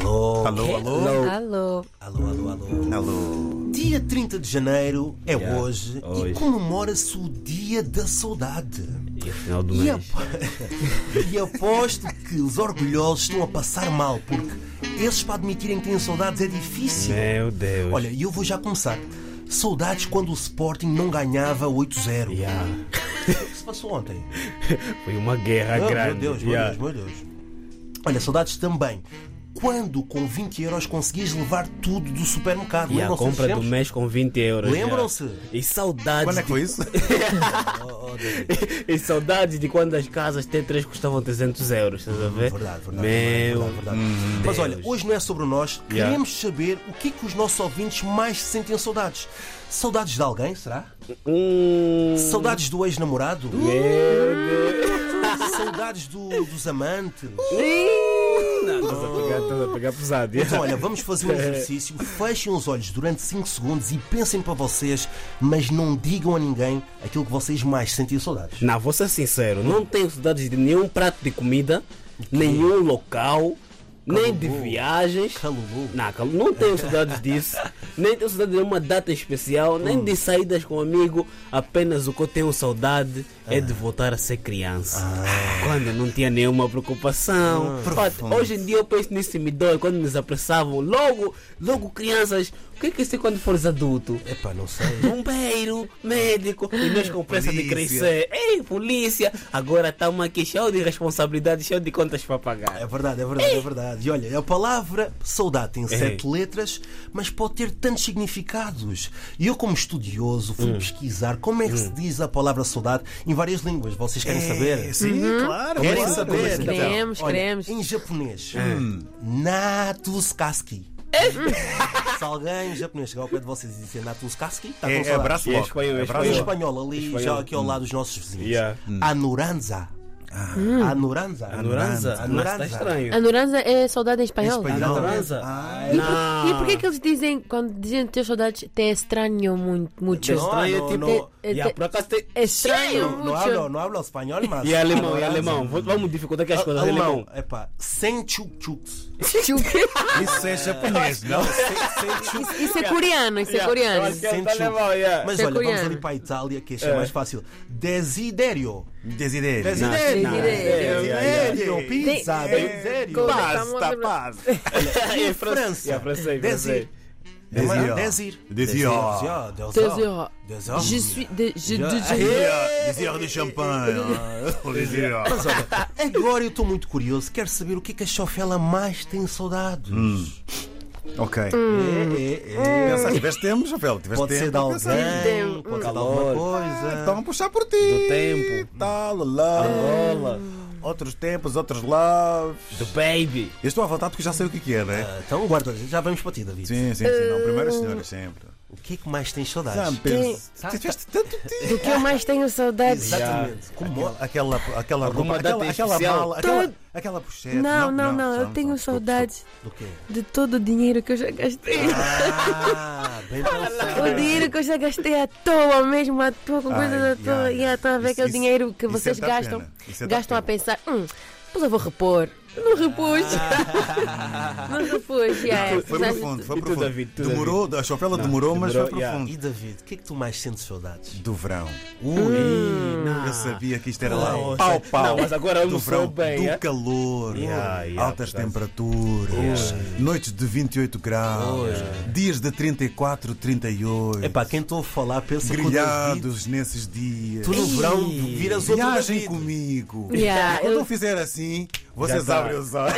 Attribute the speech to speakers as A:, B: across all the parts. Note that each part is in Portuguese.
A: Alô, alô.
B: Alô.
A: Alô, alô, alô.
C: Alô.
A: Dia 30 de janeiro é
C: Yeah,
A: hoje, e
C: hoje.
A: comemora-se o Dia da Saudade.
C: E afinal do
A: E,
C: mês.
A: apo- e aposto que os orgulhosos estão a passar mal, porque esses para admitirem que têm saudades é difícil.
C: Meu Deus.
A: Olha, e eu vou já começar. Saudades quando o Sporting não ganhava 8-0.
C: Yeah.
A: O que se passou ontem?
C: Foi uma guerra
A: Oh,
C: grande.
A: Meu Deus, meu
C: Yeah.
A: Deus, meu Deus. Olha, saudades também. Quando com 20 euros conseguias levar tudo do supermercado?
C: E a
A: Lembram-se dos
C: compra do
A: tempos?
C: mês com 20 euros. yeah.
A: Lembram-se?
C: E saudades.
D: Quando é que foi isso?
A: Oh, oh, Deus.
C: de... e saudades de quando as casas T3 custavam 300 euros. Estás a ver?
A: Hum, É Verdade, verdade.
C: Meu.
A: verdade, verdade. Mas olha, hoje não é sobre nós.
C: Yeah.
A: Queremos saber o que é que os nossos ouvintes mais sentem saudades. Saudades de alguém, será?
C: Hum,
A: Saudades do ex-namorado?
D: Hum.
C: Meu Deus.
A: Saudades do- dos amantes?
C: Não, Estás a pegar, estás a pegar pesado. yeah.
A: Então, olha, vamos fazer um exercício. Fechem os olhos durante 5 segundos e pensem para vocês, mas não digam a ninguém aquilo que vocês mais sentem saudades.
C: Não, vou ser sincero, não tenho saudades de nenhum prato de comida, nenhum local, nem de viagens.
A: Calulu.
C: Não, cal- não tenho saudades disso, nem tenho saudade de uma data especial, nem de saídas com amigo. Apenas o que eu tenho saudade é de voltar a ser criança. Quando eu não tinha nenhuma preocupação. Pá, hoje em dia eu penso nisso e me dói quando nos apressavam. Logo, logo crianças, o que é que isso é quando fores adulto?
A: Epá, não sei.
C: Bombeiro, médico, e nós com pressa de crescer. Ei, polícia! Agora estamos aqui cheio de responsabilidade, cheio de contas para pagar.
A: É verdade, é verdade, é verdade. E olha, a palavra saudade tem sete letras, mas pode ter tantos significados. E eu, como estudioso, fui pesquisar como é que se diz a palavra saudade em várias línguas. Vocês querem saber?
D: Sim,
A: Uhum.
D: claro. É,
A: Querem
D: claro.
A: saber? Então,
B: Queremos,
A: olha,
B: queremos.
A: Em japonês, Natuskaski. Se alguém em japonês chegar ao pé de vocês e dizer Natuskaski, está com
D: É, é
A: saudades.
D: abraço
C: E é
D: logo.
C: espanhol, é
D: é
A: Em
D: abraço
C: espanhol.
D: logo.
A: espanhol, ali, já aqui ao lado dos nossos vizinhos.
C: Yeah.
A: Anuranza. Anuranza.
C: Anuranza, Anuranza.
A: Anuranza.
C: está tá estranho.
B: Anuranza é saudade em espanhol?
A: Em espanhol.
C: Anuranza.
A: Ah,
B: E por que que eles dizem, quando dizem ter saudades, te estranho muito, muito?
C: É estranho,
A: Não,
C: tipo.
A: não, não.
C: e a- por acaso tem-
B: É estranho
A: No
B: muito.
A: hablo, no hablo espanhol, mas.
C: E é alemão, e
A: Anuranza.
C: alemão. Vou- Vamos dificultar aqui as coisas.
A: Ah, Alemão,
C: Alemão.
A: epá, sem tchuk-tchuks.
D: Isso é japonês, não?
B: Isso é coreano, isso é coreano.
C: Yeah, eu acho que é
A: Sente-se-
C: alemão, yeah.
A: Mas
B: Isso é
A: olha, vamos
B: coreano.
A: ali para a Itália, que este é mais fácil. Desiderio.
D: Desidério.
A: Desiderio.
B: não,
C: É,
A: Desiderio. Pizza,
B: Tem- é
A: desiderio.
B: Pá, Basta,
D: paz.
A: E em França?
C: Yeah, francês,
A: Desir.
C: francês.
A: Desir.
D: Desir.
A: Desir.
D: Desir.
A: Desir.
B: Désir.
A: Désir.
B: Je suis de... Je, de, je,
D: Desejo de champanhe. Desejo.
A: Mas olha, agora Ah, é, eu estou muito curioso. Quero saber o que é que a Chofela mais tem saudades.
D: Ok.
A: É, é, é.
D: Pensaste, tiveste tempo, Chapéu? Tiveste
A: Pode ser
D: tempo,
A: de alguém, É.
D: pensaste.
A: pode ser de alguma
C: Calor.
D: Estão
A: coisa.
D: a puxar por ti.
C: Do tempo.
D: Tal, lá.
C: Angola.
D: Outros tempos, outros loves.
C: The Baby.
D: Eu estou à vontade porque já sei o que que é, né?
A: Ah, Uh. Então, guarda, já vamos para ti, David.
D: Sim, sim, sim. Não, primeiras senhoras sempre.
A: O que é que mais tens saudades?
D: Sam, pensa. Tiveste tanto tempo.
B: do que eu mais tenho saudades.
A: Exatamente. Como
D: Aquela, aquela, aquela
C: Alguma
D: roupa, aquela,
C: data
D: aquela
C: especial?
D: mala, aquela, aquela pochete.
B: Não, não, não, eu tenho
D: desculpe,
B: saudades
A: do quê?
B: de todo o dinheiro que eu já gastei.
A: Ah, bem
B: O
A: pensado.
B: dinheiro que eu já gastei à toa mesmo, à toa, com
D: Ai,
B: coisas à toa.
D: ai,
B: E é à toa a ver
D: isso-
B: aquele
D: isso-
B: dinheiro que
D: isso
B: vocês
D: é da
B: gastam.
D: pena. Isso é da
B: gastam a
D: pena.
B: pensar, hum, depois eu vou repor. Não repus. Não repus, yeah.
D: Ah. Foi
B: Mas-
D: profundo, foi
C: E tu,
D: profundo.
C: David, tu,
D: demorou, a chapela demorou, mas
C: demorou,
D: foi
C: yeah.
D: profundo.
A: E David, o que é que tu mais sentes saudades?
D: Do verão. Uh,
C: Ih, Hum, não.
D: Eu sabia que isto era lá.
C: Não,
D: Pau,
C: sei.
D: pau.
C: Não, mas agora eu
D: do
C: não
D: verão,
C: sou bem.
D: do
C: é?
D: calor,
C: Yeah, yeah,
D: altas
C: verdade.
D: temperaturas, noites de 28 graus, dias de 34, 38,
A: Epá, quem estou a falar pensa que o David,
D: grilhados nesses dias.
A: tu no
C: Ih.
A: verão viras outro
D: Viagem
A: David.
D: comigo.
B: Yeah,
D: Quando
B: eu-
D: eu fizer assim, vocês
C: tá.
D: abrem os olhos.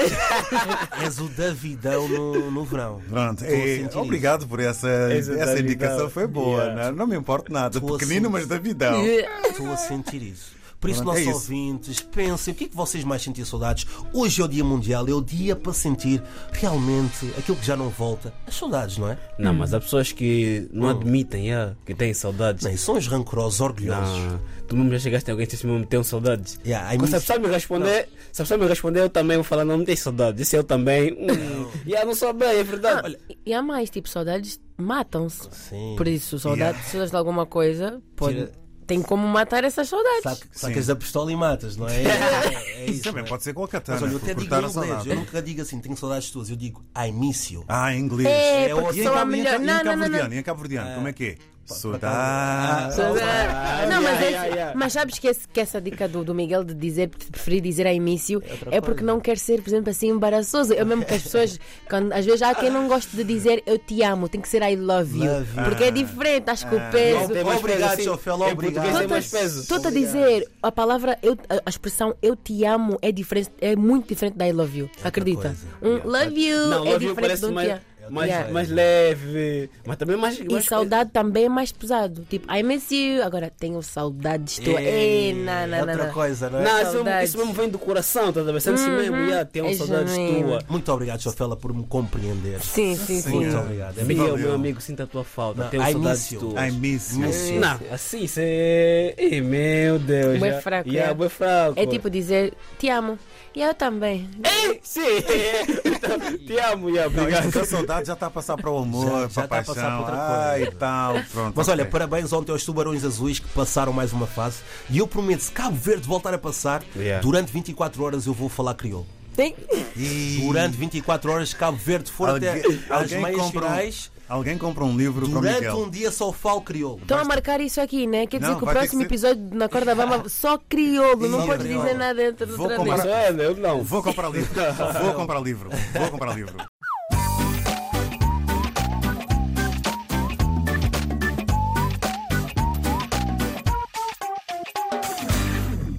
A: És o Davidão no, no verão.
D: Pronto,
A: Estou a
D: é,
A: sentir
D: obrigado por essa,
C: Essa
D: essa
C: Davidão.
D: indicação, foi boa. né?
C: Yeah.
D: Não, não me importo nada.
A: Estou a
D: Pequenino,
A: sentir. é
D: mas Davidão.
A: isso. Estou a sentir isso. Por isso,
D: Pronto, é
A: nossos
D: isso.
A: ouvintes, pensem o que é que vocês mais sentem saudades. Hoje é o Dia Mundial, é o dia para sentir realmente aquilo que já não volta. As saudades, não é?
C: Não, mas há pessoas que não admitem é, que têm saudades.
A: Não, e são os rancorosos, orgulhosos.
C: Ah, tu mesmo já chegaste a alguém que disse mesmo tenho saudades.
A: Yeah, I
C: Quando se a
A: miss-
C: pessoa me responder, se a pessoa me responder, eu também vou falar, não, não tenho saudades. Disse eu também. Hum, yeah, não sou bem, é verdade. Olha,
B: E há mais, tipo, saudades matam-se.
A: Sim.
B: Por isso, saudades, saudades de alguma coisa, pode.
A: Tira-
B: Tem como matar essas saudades.
A: Sac-
D: Sim.
A: sacas a pistola e matas, não é? É, é isso.
D: Também
A: não é?
D: pode ser com a katana.
A: Mas olha, eu
D: por
A: até digo
D: cortar
A: em
D: a
A: inglês,
D: saudade.
A: eu nunca digo assim, tenho saudades tuas, eu digo I miss you.
D: Ah, em inglês.
B: É,
A: É
B: porque
A: ótimo.
B: são a
D: E em
B: melhor.
D: Cabo- e
B: Não,
D: em
B: não, não,
D: Cabo
B: não. Ah,
D: Verdeano, e em Cabo Verdeano, como é que é?
A: Ah,
D: Saudade.
B: Saudade. é. Não, mas,
C: yeah,
B: esse-
C: yeah, yeah.
B: mas sabes que, esse- que essa dica do, do Miguel de dizer, de preferir dizer a início, é, porque não quer ser, por exemplo, assim embaraçoso. Eu mesmo que as pessoas, quando- às vezes há quem não gosta de dizer eu te amo, tem que ser I love you,
A: Love you.
B: porque é diferente, acho que o peso.
A: Tem mais Obrigado,
C: assim.
A: peso, sim. Sofia,
C: É
A: Em obrigado. português tem
B: Estou-te a-
A: mais
B: Estou-te a dizer, a palavra, eu- a- a expressão eu te amo é diferente, é muito diferente da I love you. Acredita?
A: coisa.
B: Um love you
C: Não,
B: é
C: love you
B: diferente
C: parece
B: do
C: mais,
B: que
C: mais,
B: Yeah.
C: mais leve, mas também mais.
B: E saudade também é mais pesado. Tipo, I miss you. Agora tenho saudades tuas. Ei, não, não, não,
A: Outra
B: não.
A: coisa, não é?
C: Não, isso,
B: Saudades.
C: isso mesmo vem do coração, tá a ver? Sente-se mesmo, yeah, tem uma
B: é
C: saudade
B: genuíno.
C: tua.
A: Muito obrigado, Sofela, por me compreender.
B: Sim, sim, sim.
A: Muito obrigado. É
C: Miguel,
A: mesmo.
C: meu amigo, sinta a tua falta,
A: Não,
C: tenho
A: I
C: saudades
A: miss you.
C: tuas.
D: I miss
B: É.
D: you.
C: Não, assim, isso é. Ih, meu Deus.
B: Bué
C: já-
B: fraco,
C: Yeah,
B: é.
C: bué fraco.
B: É tipo dizer te amo. E eu também.
C: Ei, sim! Então, Te amo, yeah,
D: Não,
C: obrigado.
D: isso, a saudade já está a passar para o amor,
A: Já- já
D: para a
A: está a passar
D: paixão.
A: para outra
D: Ai,
A: coisa.
D: tal, pronto.
A: Mas olha,
D: ok.
A: parabéns ontem aos Tubarões Azuis que passaram mais uma fase. E eu prometo, se Cabo Verde voltar a passar,
C: Yeah.
A: durante 24 horas eu vou falar crioulo.
B: Sim.
D: E-
A: Durante 24 horas, se Cabo Verde for até
D: Alguém-
A: às
D: alguém
A: meias
D: compra um-
A: finais.
D: Alguém compra um livro para o
A: Durante
D: Miguel.
A: um dia só falo crioulo.
B: Estão a marcar isso aqui, né? Quer dizer
D: Não,
B: que o
D: vai ter
B: próximo
D: que
B: episódio do na Corda Bamba só crioulo. Não
A: Só
B: podes
A: crioulo.
B: dizer nada dentro do
D: Vou
B: trânsito.
D: comprar-
C: Isso é, eu não.
D: Vou comprar livro. Vou comprar livro. Vou comprar livro.